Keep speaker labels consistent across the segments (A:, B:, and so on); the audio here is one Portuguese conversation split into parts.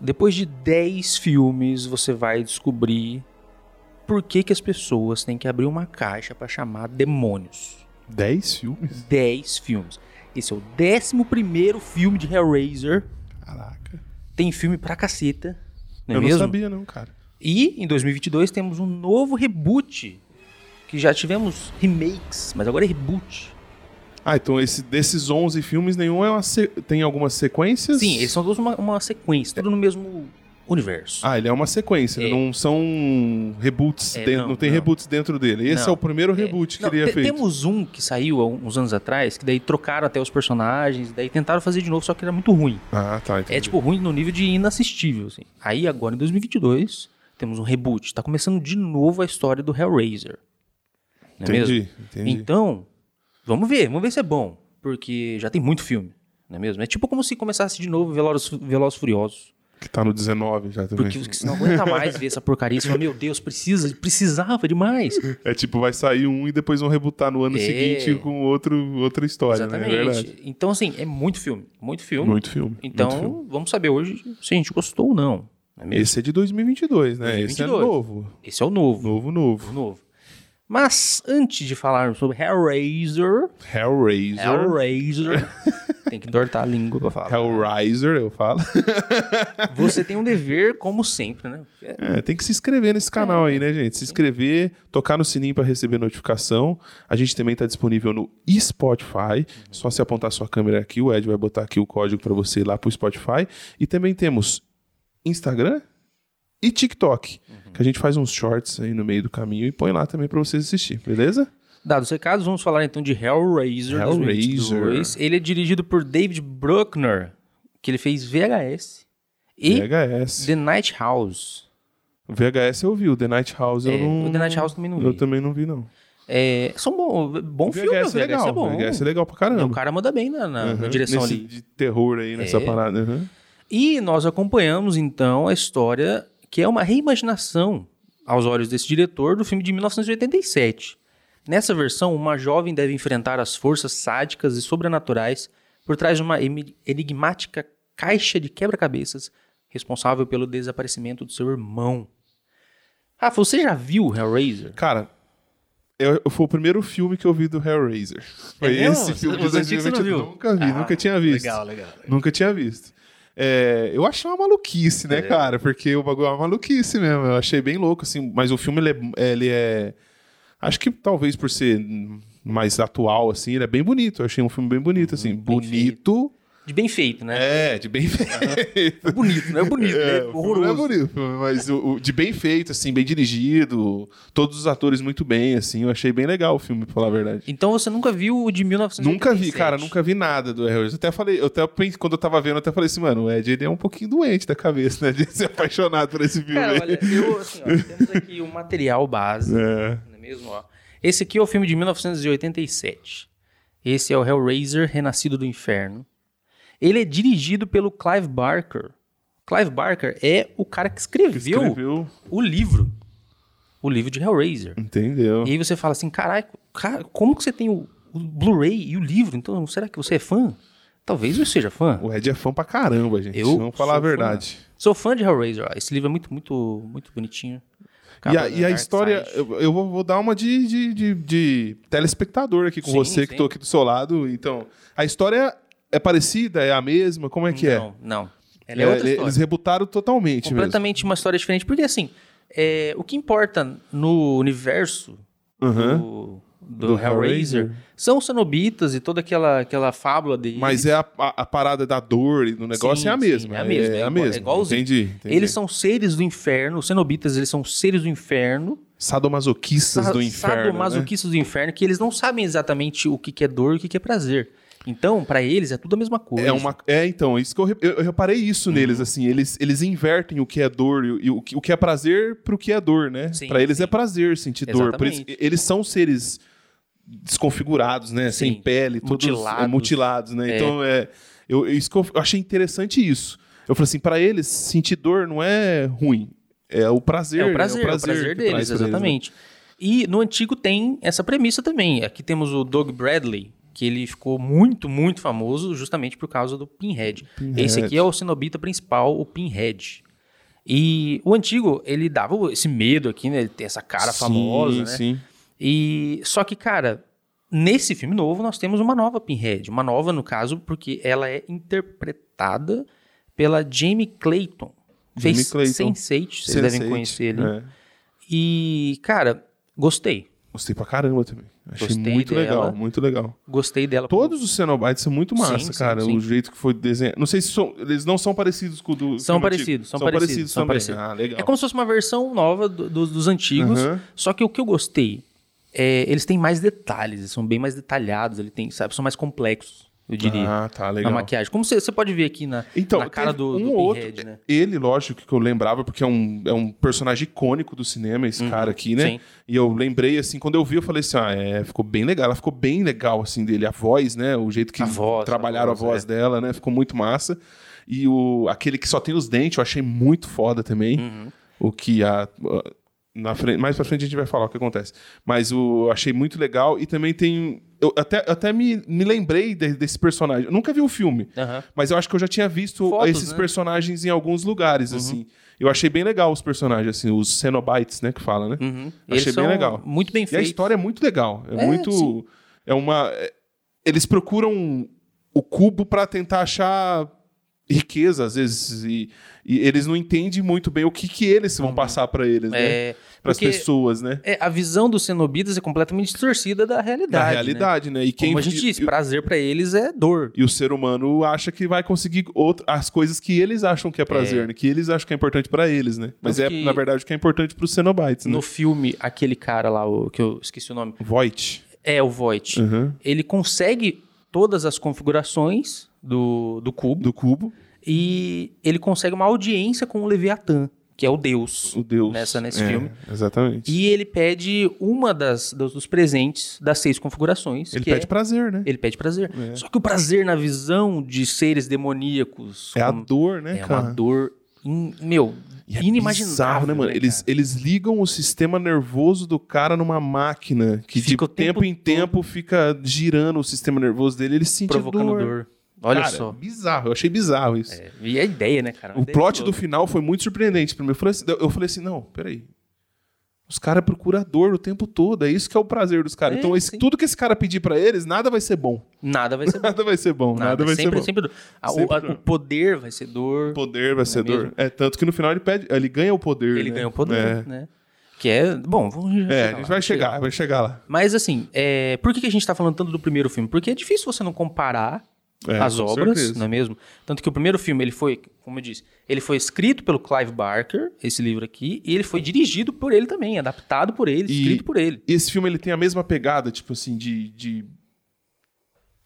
A: Depois de 10 filmes, você vai descobrir por que, que as pessoas têm que abrir uma caixa pra chamar demônios.
B: 10 filmes?
A: 10 filmes. Esse é o 11 filme de Hellraiser.
B: Caraca.
A: Tem filme pra caceta. Não é
B: eu
A: mesmo?
B: não sabia, não, cara.
A: E em 2022 temos um novo reboot. Que já tivemos remakes, mas agora é reboot.
B: Ah, então esse, desses 11 filmes, nenhum é uma se- tem algumas sequências?
A: Sim, eles são todos uma, uma sequência, tudo no mesmo universo.
B: Ah, ele é uma sequência,
A: É.
B: não são reboots,
A: É,
B: dentro,
A: não,
B: não, tem
A: não.
B: reboots dentro dele. Esse
A: Não.
B: é o primeiro reboot que
A: Não,
B: ele é
A: te-
B: feito.
A: Temos um que saiu há uns anos atrás, que daí trocaram até os personagens, daí tentaram fazer de novo, só que era muito ruim.
B: Ah, tá, entendi.
A: É tipo ruim no nível de inassistível, assim. Aí agora em 2022 temos um reboot, tá começando de novo a história do Hellraiser. Não é mesmo?
B: entendi, entendi.
A: Então, vamos ver, vamos ver se é bom, porque já tem muito filme, não é mesmo? É tipo como se começasse de novo Velozes, Velozes Furiosos,
B: Que tá no 19 já também.
A: porque você não aguenta mais ver essa porcaria, você fala, meu Deus, precisa, precisava demais.
B: É tipo, vai sair um e depois vão rebutar no ano
A: É.
B: seguinte com outro, outra história, né? É verdade.
A: Exatamente. Então, assim, é muito filme, muito filme.
B: Muito filme.
A: então,
B: muito filme.
A: vamos saber hoje se a gente gostou ou não. não é mesmo?
B: Esse é de 2022, né? Esse é
A: 2022.
B: novo.
A: Esse é o novo,
B: Novo, novo.
A: o novo. Mas antes de falarmos sobre Hellraiser,
B: Hellraiser.
A: Hellraiser, tem que dortar a língua pra falar.
B: Hellraiser, eu falo.
A: Você tem um dever, como sempre, né?
B: É, tem que se inscrever nesse canal aí, né, gente? Se inscrever, tocar no sininho pra receber notificação. A gente também tá disponível no Spotify.
A: Uhum.
B: Só se apontar sua câmera aqui, o Ed vai botar aqui o código pra você ir lá pro Spotify. E também temos Instagram e TikTok,
A: Uhum.
B: que a gente faz uns shorts aí no meio do caminho e põe lá também pra vocês assistir, beleza?
A: Dados os recados, vamos falar então de Hellraiser.
B: Hellraiser.
A: 2022. Ele é dirigido por David Bruckner, que ele fez VHS e
B: VHS.
A: The Night House.
B: VHS eu vi, o The Night House eu
A: É,
B: não...
A: o The Night House também não
B: Eu
A: vi.
B: também não vi, não.
A: É, são bom, bom
B: VHS
A: filme, o VHS
B: é legal,
A: é bom.
B: VHS é legal pra caramba.
A: o cara manda bem na, na- na
B: Aham,
A: direção
B: nesse
A: ali.
B: de terror aí, nessa
A: É.
B: parada. aham.
A: E nós acompanhamos então a história que é uma reimaginação aos olhos desse diretor do filme de 1987. Nessa versão, uma jovem deve enfrentar as forças sádicas e sobrenaturais por trás de uma emi- enigmática caixa de quebra-cabeças responsável pelo desaparecimento do seu irmão. Rafa, você já viu Hellraiser?
B: Cara, eu, foi o primeiro filme que eu vi do Hellraiser. Foi
A: É mesmo?
B: esse filme de
A: Os antigos você não
B: 2020.
A: viu?
B: Nunca vi,
A: Ah,
B: nunca tinha visto.
A: legal, legal, legal.
B: Nunca tinha visto. É, eu achei uma maluquice, né, cara? Porque o bagulho é uma maluquice mesmo. Eu achei bem louco, assim. Mas o filme, ele é... ele é- Acho que talvez por ser mais atual, assim, ele é bem bonito. Eu achei um filme bem
A: Uhum,
B: bonito, assim. bonito.
A: De bem feito, né?
B: É, de bem feito.
A: Bonito, não é bonito, né?
B: É, o filme é
A: Horroroso.
B: bonito, o filme, mas o, o de bem feito, assim, bem dirigido, todos os atores muito bem, assim, eu achei bem legal o filme, pra falar a verdade.
A: Então você nunca viu o de 1987?
B: Nunca vi, cara, nunca vi nada do Hellraiser. Até falei, eu até pensei, quando eu tava vendo, eu até falei assim, mano, o Ed, ele é um pouquinho doente da cabeça, né, de ser apaixonado por esse filme.
A: Cara,
B: aí.
A: olha, eu, assim, ó, temos aqui o material base,
B: É.
A: não é mesmo? Ó. Esse aqui é o filme de 1987. Esse é o Hellraiser, Renascido do Inferno. Ele é dirigido pelo Clive Barker. Clive Barker é o cara que escreveu,
B: Escreveu,
A: o livro. O livro de Hellraiser.
B: entendeu.
A: E aí você fala assim, caralho, cara, como que você tem o, o Blu-ray e o livro? Então, será que você é fã? Talvez eu seja fã.
B: O Ed é fã pra caramba, gente,
A: Eu
B: vamos falar a
A: sou fã.
B: verdade.
A: Sou fã de Hellraiser. ó. Esse livro é muito, muito, muito bonitinho.
B: E
A: Capa
B: a,
A: da
B: e a
A: Dark
B: história,
A: Side.
B: eu, eu vou, vou dar uma de, de, de- de telespectador aqui com
A: Sim,
B: você, que
A: sim.
B: tô aqui do seu lado. Então, a história é parecida, é a mesma? Como é que é?
A: Não, não. Ela é, outra
B: ele-
A: história.
B: Eles rebutaram totalmente
A: Completamente uma história diferente. Porque, assim, é, o que importa no universo
B: mesmo. Aham.
A: do, do
B: Do
A: Hellraiser
B: Hellraiser.
A: são os cenobitas e toda aquela, aquela fábula deles.
B: Mas é a, a- a parada da dor e do negócio
A: Sim,
B: é a
A: sim,
B: mesma.
A: é a mesma,
B: É,
A: é
B: a
A: igual- é
B: mesma.
A: igualzinho.
B: entendi, entendi.
A: Eles são seres do inferno, os cenobitas, eles são seres do inferno.
B: sadomasoquistas do inferno. Né?
A: masoquistas do inferno, que eles não sabem exatamente o que, que é dor e o que, que é prazer. Então, pra eles, é Uhum. tudo a mesma coisa.
B: É, uma, é, então, isso que eu, re- eu, eu reparei isso neles, assim, eles, eles invertem o que é dor e, o- e o, que- o que é prazer pro que é dor, né?
A: Sim,
B: Pra eles
A: sim.
B: é prazer sentir dor. Por isso,
A: Exatamente.
B: eles são seres desconfigurados, né? Sem
A: Sim.
B: pele, todos
A: Mutilados.
B: é, mutilados, né? Então é, eu, isso que eu eu achei interessante isso. Eu falei assim, pra eles sentir dor não é ruim, é o prazer,
A: É
B: né?
A: o prazer, é o prazer,
B: que
A: deles,
B: traz pra eles, né?
A: exatamente. E no antigo tem essa premissa também. Aqui temos o Doug Bradley, que ele ficou muito, muito famoso justamente por causa do Pinhead.
B: Pinhead.
A: Esse aqui é o cenobita principal, o Pinhead. E o antigo, ele dava esse medo aqui, né? Ele tem essa cara
B: Sim,
A: famosa, né?
B: Sim.
A: E só que, cara, nesse filme novo nós temos uma nova Pinhead, uma nova no caso, porque ela é interpretada pela Jamie Clayton.
B: Jamie
A: Fez
B: Clayton.
A: Sense8, vocês
B: Sense8,
A: devem conhecer ele.
B: é.
A: E, cara, gostei.
B: Gostei pra caramba também. Achei
A: Gostei
B: muito
A: dela.
B: legal, muito legal.
A: Gostei dela.
B: Todos os Cenobites são muito massa,
A: Tá Sim, sim,
B: cara.
A: sim.
B: O jeito que foi desenhado. Não sei se são, eles não são parecidos com o do.
A: São
B: filme antigo.
A: parecidos, são parecidos, são
B: também.
A: parecidos.
B: Ah, legal.
A: É como se fosse uma versão nova do- dos- dos antigos.
B: Aham.
A: Só que o que eu gostei é eles têm mais detalhes, eles são bem mais detalhados, ele tem, sabe, são mais complexos, eu diria.
B: Ah, tá,
A: na
B: legal.
A: maquiagem. Como você você pode ver aqui na,
B: Então,
A: na cara
B: teve
A: do, do
B: um ou
A: Pinhead,
B: outro.
A: né?
B: Ele, lógico, que eu lembrava, porque é um, é um personagem icônico do cinema, esse cara aqui, né?
A: Uhum. sim.
B: E eu lembrei, assim, quando eu vi, eu falei assim: ah, é, ficou bem legal. Ela ficou bem legal, assim, dele. A voz, né? O jeito que
A: A voz, é.
B: trabalharam a
A: a
B: voz,
A: voz,
B: dela, né? Ficou muito massa. E o, aquele que só tem os dentes, eu achei muito foda também.
A: Uhum.
B: O que a. Na frente, mais pra frente a gente vai falar o que acontece. Mas o, eu achei muito legal. E também tem. Eu até, eu até me, me lembrei de- desse personagem. Eu nunca vi o filme.
A: Aham.
B: Mas eu acho que eu já tinha visto
A: Fotos,
B: esses
A: né? Uhum.
B: personagens em alguns lugares, assim. Eu achei bem legal os personagens, assim, os Cenobites, né, que fala, né?
A: Uhum.
B: Achei
A: Eles
B: bem
A: são
B: legal.
A: Muito bem
B: E a
A: feito.
B: história é muito legal. É,
A: É,
B: muito.
A: sim.
B: É uma. é- Eles procuram o cubo pra tentar achar riqueza, às vezes. E, e eles não entendem muito bem o que, que eles vão passar pra eles, né?
A: Uhum. é,
B: Para as
A: porque-
B: pessoas, né?
A: é, a visão dos cenobitas é completamente distorcida da realidade.
B: Da
A: né?
B: realidade, né? E quem
A: Como a gente
B: e-
A: disse, prazer pra eles é dor.
B: E o ser humano acha que vai conseguir outro- as coisas que eles acham que é prazer, né? Que eles acham que é importante pra eles, né? Mas
A: Tanto
B: é,
A: que-
B: na verdade, o que é importante pros Cenobites, né?
A: No filme, aquele cara lá, o, que eu esqueci o nome,
B: Voight.
A: é o Voight.
B: Uhum.
A: Ele consegue todas as configurações do, do cubo
B: Do cubo,
A: e ele consegue uma audiência com o Leviatã, que é o deus.
B: o deus.
A: Nessa- nesse
B: É,
A: filme.
B: Exatamente.
A: E ele pede uma das dos, dos presentes das seis configurações,
B: Ele
A: que
B: pede
A: é
B: prazer, né?
A: Ele pede prazer.
B: É.
A: Só que o prazer na visão de seres demoníacos
B: É a
A: como-
B: dor,
A: é
B: né, cara?
A: uma dor, in- meu,
B: E é
A: inimaginável.
B: bizarro, né, mano? eles,
A: cara?
B: eles ligam o sistema nervoso do cara numa máquina que
A: Fica o
B: de tempo,
A: tempo
B: em tempo fica girando o sistema nervoso dele. Ele sente
A: provocando dor. Olha
B: Cara,
A: só.
B: Bizarro, eu achei bizarro isso.
A: É, e a ideia, né, cara? Uma
B: O
A: ideia
B: plot do
A: louca.
B: final foi muito surpreendente pra mim. Eu falei assim, eu falei assim não, peraí. Os caras procuram dor o tempo todo. É isso que é o prazer dos caras.
A: É,
B: então, esse-
A: sim.
B: tudo que esse cara pedir pra eles, nada vai ser bom.
A: nada vai ser bom.
B: Nada vai ser bom. Nada, vai
A: sempre,
B: ser bom.
A: sempre dor. A- o-
B: Sempre
A: a-
B: dor.
A: o poder vai ser dor.
B: O poder vai ser
A: é
B: dor.
A: mesmo?
B: É, tanto que no final ele pede, ele ganha o poder.
A: ele
B: né?
A: ganha o poder,
B: É.
A: né? Que é, bom, vamos já chegar
B: É, a gente
A: lá,
B: vai chegar, vai chegar lá.
A: Mas assim, é, por que que a gente tá falando tanto do primeiro filme? Porque é difícil você não comparar
B: É,
A: as
B: com
A: obras,
B: certeza.
A: não é mesmo? Tanto que o primeiro filme, ele foi, como eu disse, ele foi escrito pelo Clive Barker, esse livro aqui, e ele foi dirigido por ele também, adaptado por ele,
B: E-
A: escrito por ele.
B: Esse filme ele tem a mesma pegada, tipo assim, de. de...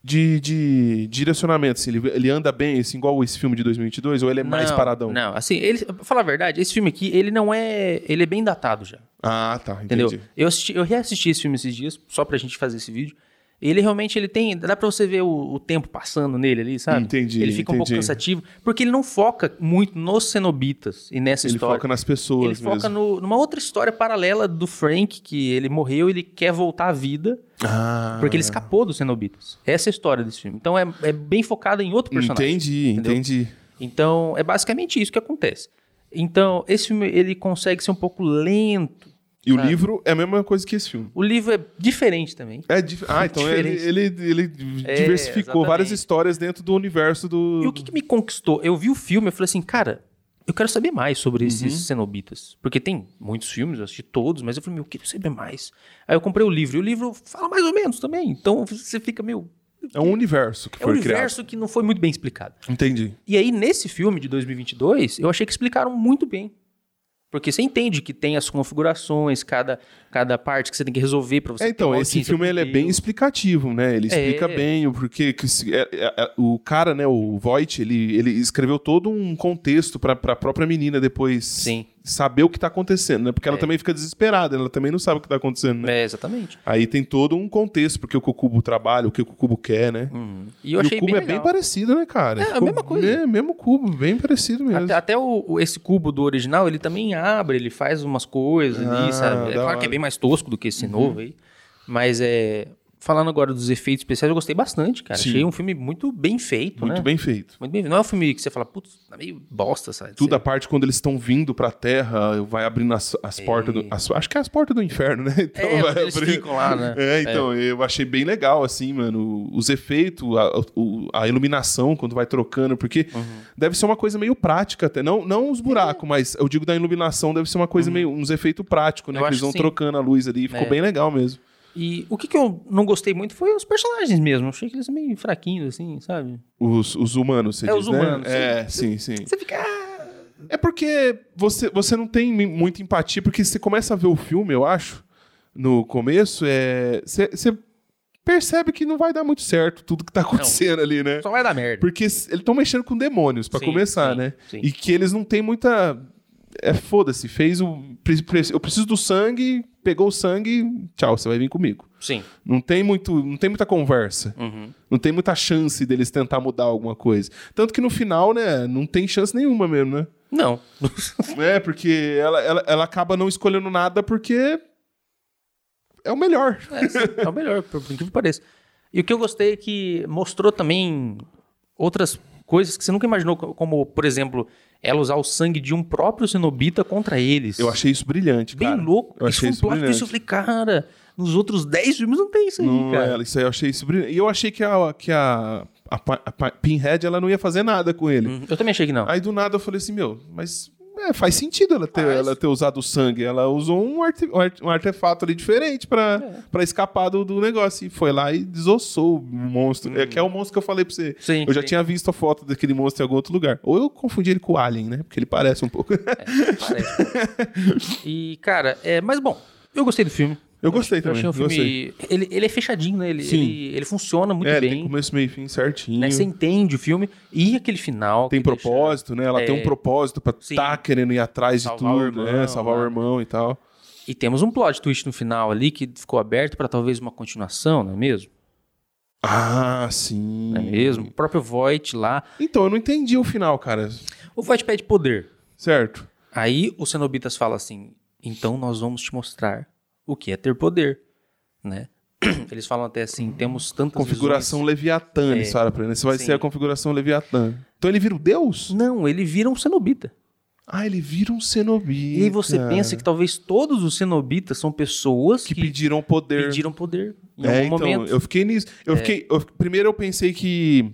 B: De, de direcionamento, assim, ele, ele anda bem, assim, igual esse filme de 2022, ou ele é mais
A: Não,
B: paradão?
A: Não, assim, ele, pra falar a verdade, esse filme aqui, ele não é, ele é bem datado já,
B: Ah, tá, entendi.
A: entendeu? Eu, assisti, eu reassisti esse filme esses dias, só pra gente fazer esse vídeo, e ele realmente, ele tem, dá pra você ver o, o tempo passando nele ali, sabe?
B: Entendi,
A: Ele fica um pouco
B: entendi.
A: cansativo, porque ele não foca muito nos cenobitas e nessa
B: Ele
A: história.
B: foca nas pessoas
A: Ele
B: mesmo.
A: foca no- numa outra história paralela do Frank, que ele morreu, ele quer voltar à vida,
B: Ah,
A: porque ele escapou dos Cenobitas. Essa é a história desse filme. Então é, é bem focada em outro personagem.
B: Entendi,
A: entendeu?
B: entendi.
A: Então é basicamente isso que acontece. Então, esse filme ele consegue ser um pouco lento.
B: E o
A: Sabe?
B: livro é a mesma coisa que esse filme.
A: O livro é diferente também.
B: É dif- Ah, então ele,
A: Diferente.
B: ele, ele
A: É,
B: diversificou várias
A: exatamente.
B: histórias dentro do universo do.
A: E o que, que me conquistou? Eu vi o filme, eu falei assim, cara, eu quero saber mais sobre esses
B: Uhum.
A: cenobitas. Porque tem muitos filmes, eu assisti todos, mas eu falei, meu, eu quero saber mais. Aí eu comprei o livro, e o livro fala mais ou menos também. Então você fica, meu,
B: É um universo que
A: É um
B: foi
A: universo que não foi muito bem explicado.
B: criado. Entendi.
A: E aí, nesse filme de 2022, eu achei que explicaram muito bem. Porque você entende que tem as configurações, cada, cada parte que você tem que resolver pra você. um
B: É,
A: ter
B: então,
A: uma
B: esse
A: audiência
B: filme
A: com
B: ele é bem
A: Deus.
B: explicativo, né? Ele explica
A: É.
B: bem o porquê que se- é- é- é- o cara, né, o Voight, ele, ele escreveu todo um contexto pra pra própria menina depois
A: Sim.
B: saber o que tá acontecendo, né? Porque ela também fica desesperada, ela também não sabe o que tá acontecendo, né?
A: É, exatamente.
B: Aí tem todo um contexto, porque o que o Cubo trabalha, o que o Cubo quer, né?
A: Uhum. E eu achei
B: o cubo
A: bem
B: é bem
A: legal.
B: parecido, né, cara?
A: É, a mesma coisa.
B: É, mesmo cubo, bem parecido mesmo.
A: Até, até o, o- esse cubo do original, ele também abre, ele faz umas coisas
B: Ah,
A: ali, sabe? É
B: da
A: claro
B: hora. Uhum.
A: que é bem mais tosco do que esse novo aí. Mas é. Falando agora dos efeitos especiais, eu gostei bastante, cara.
B: Sim.
A: Achei um filme muito bem feito,
B: Muito
A: né?
B: bem feito.
A: Muito bem feito. Não é um filme que você fala, putz, tá meio bosta, sabe?
B: Tudo a parte quando eles estão vindo pra terra, vai abrindo as, as portas do. as- acho que é as portas do inferno, né? Então
A: É,
B: vai
A: quando eles ficam lá, né?
B: É, então, eu achei bem legal, assim, mano. Os efeitos, a, o- a iluminação quando vai trocando, porque
A: Uhum.
B: deve ser uma coisa meio prática até. Não, não os buracos,
A: É.
B: mas eu digo da iluminação deve ser uma coisa meio. uns efeitos práticos, né?
A: Uhum. Eu acho
B: que eles vão
A: que sim.
B: trocando a luz ali. Ficou
A: É.
B: bem legal mesmo.
A: E o que, que eu não gostei muito foi os personagens mesmo. Achei que eles meio fraquinhos, assim, sabe?
B: Os, os humanos, você
A: É,
B: diz,
A: os
B: né?
A: humanos,
B: É, sim, sim.
A: Você fica. "Ah,
B: É porque você, você não tem mi- muita empatia, porque você começa a ver o filme, eu acho, no começo, é, você, você percebe que não vai dar muito certo tudo que tá acontecendo ali, né?
A: Só vai dar merda.
B: Porque s- eles estão mexendo com demônios, pra
A: Sim,
B: começar,
A: sim,
B: né?
A: sim.
B: E que eles não têm muita. É foda-se, fez o. pre- pre- Eu preciso do sangue, pegou o sangue, tchau, você vai vir comigo.
A: Sim.
B: Não tem, muito, não tem muita conversa.
A: Uhum.
B: Não tem muita chance deles tentar mudar alguma coisa. Tanto que no final, né, não tem chance nenhuma mesmo, né?
A: Não.
B: É, porque ela, ela, ela acaba não escolhendo nada porque é o melhor.
A: É, é o melhor, por por incrível que pareça. E o que eu gostei é que mostrou também outras coisas que você nunca imaginou, co- como, por exemplo, ela usar o sangue de um próprio cenobita contra eles.
B: Eu achei isso brilhante,
A: bem
B: cara.
A: louco.
B: eu achei
A: isso foi um
B: isso
A: plot twist. Eu falei, cara, nos outros 10 filmes não tem isso aí,
B: Não, é.
A: cara.
B: ela- isso aí eu achei isso brilhante. E eu achei que a, que a, a, pa- a pa- Pinhead ela não ia fazer nada com ele.
A: Uhum. Eu também achei que não.
B: Aí do nada eu falei assim, meu, mas é, faz sentido ela ter,
A: Faz.
B: ela ter usado o sangue. Ela usou um, arte- um arte- um artefato ali diferente pra
A: É.
B: pra escapar do, do negócio. E foi lá e desossou o monstro.
A: Hum.
B: É, que é o monstro que eu falei pra você.
A: Sim,
B: eu já
A: sim.
B: tinha visto a foto daquele monstro em algum outro lugar. Ou eu confundi ele com o Alien, né? Porque ele parece um pouco.
A: Parece. e, cara, é, mas bom, eu gostei do filme.
B: Eu gostei
A: Eu
B: também.
A: achei um
B: gostei.
A: filme. Ele, ele é fechadinho, né? Ele,
B: Sim.
A: ele, ele funciona muito
B: é, tem
A: bem.
B: começo, meio e fim certinho.
A: Né? Você entende o filme e aquele final.
B: Tem
A: que deixa- É.
B: propósito, né? Ela tem um propósito pra
A: Sim.
B: tá querendo ir atrás de
A: Salvar o
B: tudo, né?
A: irmão,
B: Salvar o
A: né?
B: irmão e tal.
A: E temos um plot twist no final ali que ficou aberto pra talvez uma continuação, não é mesmo?
B: Ah, sim.
A: Não é mesmo? O próprio Voight lá.
B: Então, eu não entendi o final, cara.
A: O Voight pede poder.
B: Certo?
A: Aí os cenobitas falam assim: então nós vamos te mostrar o que é ter poder, né? Eles falam até assim: temos tantas
B: Configuração
A: visões. É.
B: Leviatã, eles falam pra ele. Você vai
A: Sim.
B: ser a configuração Leviatã. Então ele vira o Deus?
A: Não, ele vira um cenobita.
B: Ah, ele vira um cenobita.
A: E aí você pensa que talvez todos os cenobitas são pessoas
B: Que
A: que,
B: pediram poder.
A: pediram poder em
B: É,
A: algum
B: então,
A: momento. É.
B: eu fiquei nisso. Eu fiquei, eu- primeiro eu pensei que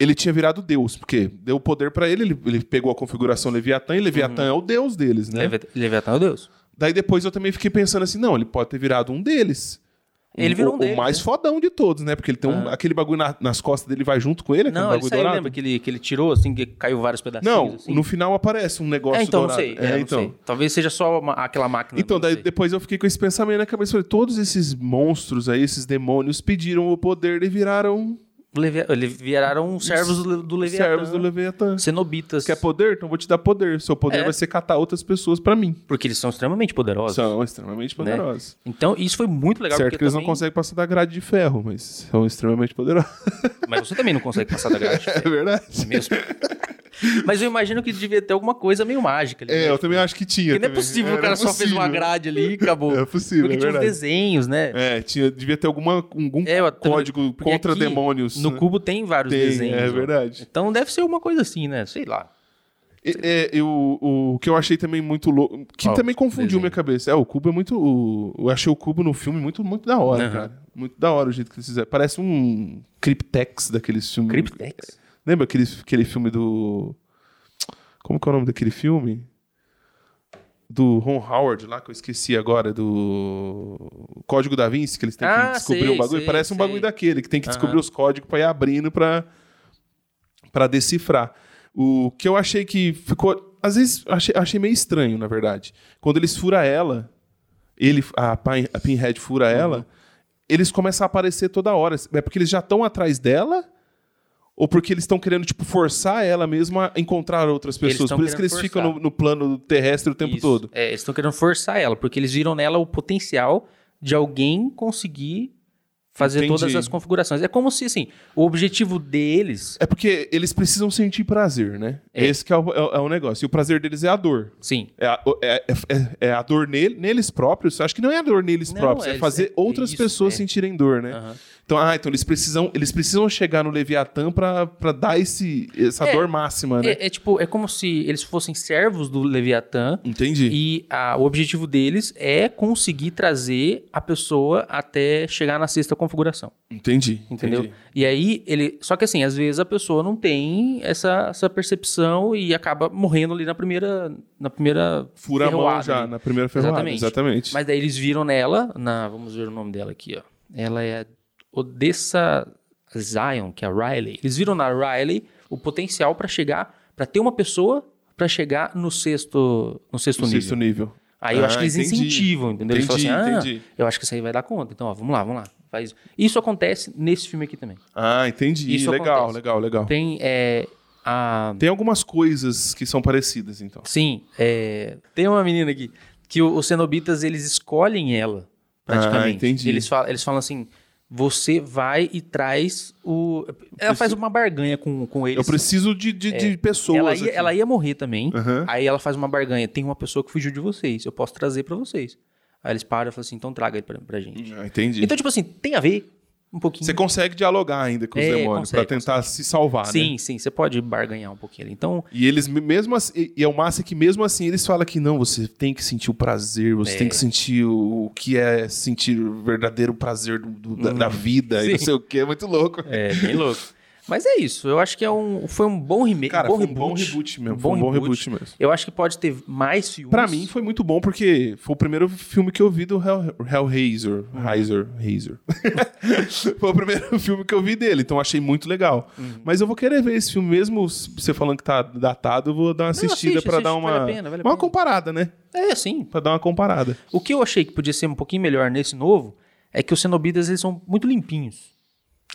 B: ele tinha virado Deus, porque deu poder pra ele, ele, ele pegou a configuração Leviatã e Leviatã é o Deus deles, né?
A: Uhum. Leve- Leviatã é o Deus.
B: Daí depois eu também fiquei pensando assim, não, ele pode ter virado um deles.
A: Ele
B: O-
A: virou
B: o,
A: um
B: o
A: deles,
B: mais
A: né? Ah.
B: fodão de todos, né? Porque ele tem um- aquele bagulho na- nas costas dele vai junto com ele, aquele
A: Não, ele
B: um bagulho
A: saiu,
B: dourado.
A: lembra que ele, que ele tirou, assim, que caiu vários pedacinhos?
B: Não,
A: assim?
B: no final aparece um negócio
A: É, então não
B: dourado.
A: sei. é,
B: É,
A: não
B: então.
A: sei. Talvez seja só uma- aquela máquina.
B: Então,
A: não
B: daí
A: sei.
B: depois eu fiquei com esse pensamento na cabeça. Falei, todos esses monstros aí, esses demônios, pediram o poder e viraram
A: Levia- Ele viraram servos do, do Leviatã.
B: servos do Leviatã.
A: Cenobitas.
B: Quer poder? Então vou te dar poder. Seu poder
A: É.
B: vai ser catar outras pessoas pra mim.
A: Porque eles são extremamente poderosos.
B: São extremamente
A: Né?
B: poderosos.
A: Então, isso foi muito legal.
B: certo
A: porque
B: que eles não
A: também-
B: conseguem passar da grade de ferro, mas são extremamente poderosos.
A: Mas você também não consegue passar da grade.
B: É verdade.
A: mesmo. Mas eu imagino que devia ter alguma coisa meio mágica ali.
B: É,
A: né?
B: eu também acho que tinha.
A: Porque não é
B: também.
A: possível,
B: Era
A: o cara só fez uma
B: possível.
A: grade ali e acabou.
B: É possível,
A: Porque
B: é
A: tinha os
B: verdade.
A: desenhos, né?
B: É, tinha, devia ter alguma, algum
A: É, eu-
B: código
A: porque
B: contra
A: aqui,
B: demônios.
A: No
B: né?
A: cubo tem vários
B: Tem,
A: desenhos.
B: é
A: ó.
B: verdade.
A: Então deve ser alguma coisa assim, né? Sei lá.
B: É, é, eu, o que eu achei também muito louco. Que
A: Ó,
B: também confundiu
A: desenho.
B: minha cabeça. É, o Cubo é muito. o- eu achei o Cubo no filme muito, muito da hora,
A: Aham.
B: cara. Muito da hora o jeito que eles fizeram. Parece um Cryptex daqueles filmes.
A: Cryptex.
B: Lembra aquele, aquele filme do. Como que é o nome daquele filme? Do Ron Howard lá, que eu esqueci agora, do Código da Vinci, que eles têm
A: Ah,
B: que descobrir
A: sei,
B: o bagulho.
A: sei,
B: Parece um
A: sei.
B: bagulho daquele, que tem que
A: Aham.
B: descobrir os códigos pra ir abrindo pra, pra decifrar. O que eu achei que ficou. Às vezes achei, achei meio estranho, na verdade. Quando eles furam ela, ele, a, Pin- a Pinhead fura
A: Uhum.
B: ela, eles começam a aparecer toda hora. É porque eles já estão atrás dela? Ou porque eles estão querendo, tipo, forçar ela mesma a encontrar outras
A: Eles
B: pessoas.
A: tão
B: Por isso que
A: querendo
B: eles ficam no,
A: forçar.
B: no plano terrestre o tempo
A: Isso.
B: todo.
A: É, eles estão querendo forçar ela, porque eles viram nela o potencial de alguém conseguir fazer
B: Entendi.
A: todas as configurações. É como se, assim, o objetivo deles,
B: É porque eles precisam sentir prazer, né?
A: É.
B: Esse que é o, é o- é o negócio. E o prazer deles é a dor.
A: sim.
B: É a, é, é- é a dor nele- neles próprios. Acho que não é a dor neles
A: Não,
B: próprios, é,
A: é-
B: fazer
A: é- é
B: outras
A: isso,
B: pessoas
A: é.
B: sentirem dor, né?
A: aham.
B: Então, ah, então eles precisam, eles precisam chegar no Leviatã pra, pra dar esse, essa
A: É.
B: dor máxima, né?
A: É, é tipo, é como se eles fossem servos do Leviatã
B: Entendi.
A: e ah, o objetivo deles é conseguir trazer a pessoa até chegar na sexta configuração,
B: Entendi.
A: entendeu?
B: entendi.
A: E aí ele, só que assim, às vezes a pessoa não tem essa, essa percepção e acaba morrendo ali na primeira, na primeira
B: Fura a mão
A: ferroada
B: já
A: ali.
B: na primeira ferroada.
A: Exatamente.
B: Exatamente.
A: Mas daí eles viram nela, na, vamos ver o nome dela aqui, ó. Ela é a Odessa Zion, que é a Riley. Eles viram na Riley o potencial pra chegar, pra ter uma pessoa pra chegar no sexto, no sexto
B: No
A: nível.
B: sexto nível.
A: Aí eu
B: Ah,
A: acho que eles
B: entendi.
A: incentivam, entendeu? Eles
B: Entendi,
A: falam assim, ah,
B: entendi.
A: eu acho que isso aí vai dar conta. Então, ó, vamos lá, vamos lá. Faz. Isso acontece nesse filme aqui também.
B: Ah, entendi.
A: Isso
B: legal,
A: acontece.
B: legal, legal.
A: Tem
B: Tem...
A: é, a
B: algumas coisas que são parecidas, então.
A: Sim, é, tem uma menina aqui que o- os cenobitas eles escolhem ela, praticamente.
B: Ah, entendi.
A: Eles falam, eles falam assim: você vai e traz o. Ela faz uma barganha com, com eles. É.
B: Eu preciso de, de, de pessoas.
A: ela, ia,
B: aqui.
A: ela ia morrer também.
B: Aham.
A: Aí ela faz uma barganha: tem uma pessoa que fugiu de vocês, eu posso trazer pra vocês. Aí eles param e falam assim: então traga ele pra, pra gente.
B: Ah, entendi.
A: Então, tipo assim, tem a ver um pouquinho.
B: Você consegue dialogar ainda com os
A: É,
B: demônios
A: consegue,
B: pra tentar se salvar, né?
A: sim, sim, você pode barganhar um pouquinho ali. Então,
B: E eles me- mesmo assim, e- e é o massa que mesmo assim eles falam que não, você tem que sentir o prazer, você
A: É.
B: tem que sentir o, o que é sentir o verdadeiro prazer do- do- da,
A: Uhum.
B: da vida e não
A: Sim.
B: sei o que, é muito louco.
A: é bem louco. Mas é isso, eu acho que é um, foi um bom remake.
B: Cara,
A: bom
B: foi um
A: reboot.
B: bom reboot mesmo,
A: Um
B: foi um
A: bom
B: bom
A: reboot.
B: reboot mesmo.
A: Eu acho que pode ter mais filmes.
B: Pra mim foi muito bom porque foi o primeiro filme que eu vi do Hell, Hellraiser.
A: Uhum.
B: Heiser, Heiser. foi o primeiro filme que eu vi dele, então achei muito legal.
A: Uhum.
B: Mas eu vou querer ver esse filme, mesmo s- você falando que tá datado, eu vou dar uma assistida
A: assiste,
B: pra dar
A: assiste,
B: uma,
A: vale a pena, vale a
B: uma
A: pena.
B: comparada, né?
A: É, sim.
B: Pra dar uma comparada.
A: O que eu achei que podia ser um pouquinho melhor nesse novo é que os cenobitas eles são muito limpinhos.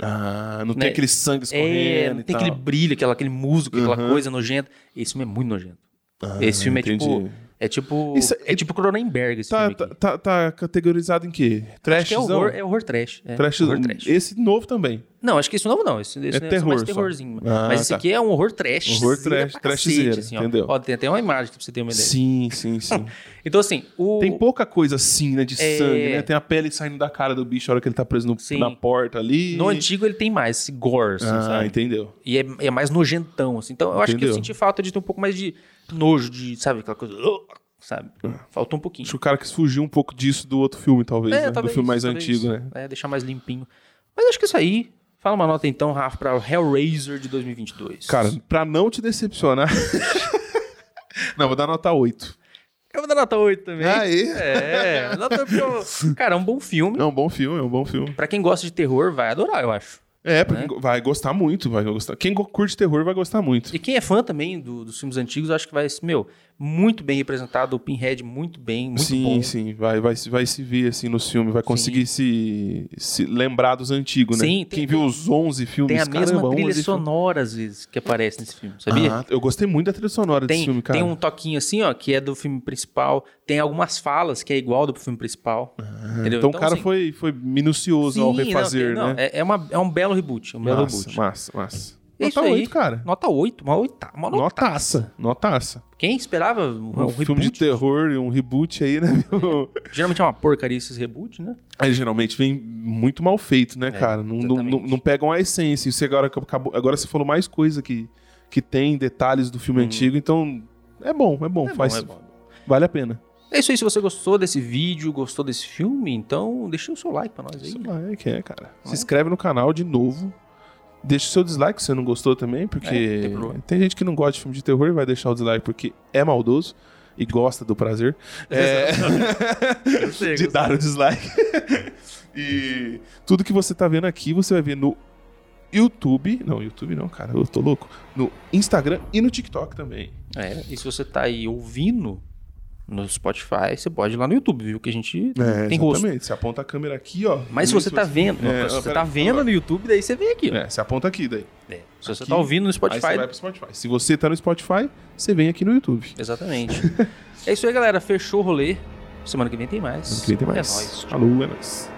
B: Ah, não
A: Né?
B: tem aquele sangue
A: É,
B: escorrendo
A: não
B: e
A: tem
B: tal.
A: aquele brilho, aquela, aquele músico,
B: Uhum.
A: aquela coisa nojenta. Esse filme é muito nojento.
B: Ah,
A: esse filme é
B: entendi.
A: tipo. É tipo.
B: Isso-
A: é tipo Cronenberg esse
B: Tá,
A: filme.
B: tá,
A: aqui.
B: tá- tá categorizado em quê?
A: Acho que é
B: Trashzão?
A: horror, é horror trash. É,
B: Trashzão.
A: horror trash.
B: Esse novo também.
A: Não, acho que esse novo não. Esse, esse
B: É
A: é mais
B: terror só.
A: terrorzinho.
B: Ah,
A: Mas esse
B: tá.
A: aqui é um horror trash. assim,
B: Horror trash, trashzeira, entendeu?
A: Ó. tem até uma imagem pra você ter uma ideia.
B: Sim, sim, sim.
A: Então, assim, o.
B: Tem pouca coisa assim, né? De
A: É.
B: sangue, né? Tem a pele saindo da cara do bicho a hora que ele tá preso no-
A: Sim.
B: na porta ali.
A: No antigo ele tem mais, esse gore, assim,
B: Ah,
A: sabe?
B: entendeu.
A: E é, é mais nojentão, assim. Então eu acho que eu
B: Entendeu.
A: senti falta de ter um pouco mais de nojo, de, sabe, aquela coisa. "Ugh", Sabe?
B: Ah.
A: Faltou um pouquinho. É,
B: Acho que o cara quis fugir um pouco disso do outro filme, talvez, né? do
A: talvez,
B: filme mais
A: talvez.
B: antigo, né?
A: É, deixar mais limpinho. Mas acho que é isso aí. Fala uma nota então, Rafa, pra Hellraiser de 2022.
B: Cara, pra não te decepcionar... não, vou dar nota 8.
A: eu vou dar nota 8 também.
B: Aí.
A: É, nota 8 porque eu- Cara, é um bom filme.
B: É um bom filme, é um bom filme.
A: Pra quem gosta de terror, vai adorar, eu acho.
B: É, porque vai gostar muito, vai gostar. Quem go- curte terror vai gostar muito.
A: Né? E quem é fã também do- dos filmes antigos, acho que vai, meu, muito bem representado. O Pinhead, muito bem, muito
B: sim,
A: bom.
B: sim, vai, vai, se- vai se ver assim nos filmes, vai conseguir se, se lembrar dos antigos, né?
A: Sim, tem-
B: Quem viu os 11 filmes,
A: Tem a mesma
B: caramba, 11
A: trilha
B: filmes.
A: sonora, às vezes, que aparece nesse filme, sabia?
B: Ah, eu gostei muito da trilha sonora desse
A: tem,
B: filme, cara.
A: tem um toquinho assim, ó, que é do filme principal. Tem algumas falas que é igual do filme principal. entendeu?
B: Então, o cara
A: assim,
B: foi, foi minucioso ao
A: sim, não,
B: refazer,
A: não,
B: né?
A: É, é uma- é um belo reboot, é um belo
B: massa,
A: reboot.
B: massa, massa.
A: É isso
B: Nota
A: aí.
B: 8, cara.
A: Nota 8, uma oita, uma nota.
B: Notaça, notaça.
A: Quem esperava um,
B: Um,
A: um
B: filme de
A: reboot?
B: terror e um reboot aí, né? meu?
A: Geralmente é uma porcaria esses reboots, né?
B: Aí geralmente vem muito mal feito, né, cara? Não, não,
A: É, exatamente.
B: não- não pegam a essência. Isso agora que acabou. Agora você falou mais coisa que, que tem, detalhes do filme antigo, então. É bom, é bom.
A: Uhum. É
B: faz,
A: bom, é bom.
B: Vale a pena.
A: É isso aí, se você gostou desse vídeo, gostou desse filme, então deixa o seu like pra nós aí.
B: Isso vai, que é, cara. Se inscreve no canal de novo. Deixa o seu dislike se você não gostou também, porque
A: É, tem problema.
B: tem gente que não gosta de filme de terror e vai deixar o dislike porque é maldoso e gosta do prazer. É,
A: Gostei,
B: de
A: gostei.
B: dar o dislike. e tudo que você tá vendo aqui, você vai ver no YouTube. Não, YouTube não, cara, eu tô louco. No Instagram e no TikTok também.
A: É, e se você tá aí ouvindo no Spotify, você pode ir lá no YouTube, viu? Que a gente
B: É,
A: tem rosto.
B: Você aponta a câmera aqui, ó.
A: Mas se
B: E
A: você tá vendo, não,
B: É,
A: se
B: ó,
A: você
B: pera-
A: tá vendo no YouTube, daí você vem aqui. ó.
B: É, você aponta aqui daí.
A: É. Se você
B: Aqui.
A: tá ouvindo no
B: Aí você
A: Spotify,
B: vai pro Spotify. Se você tá no Spotify, você vem aqui no YouTube.
A: exatamente. é isso aí, galera. Fechou o rolê. Semana que vem tem mais.
B: Semana que vem tem
A: É nóis.
B: mais. Falou, é nóis.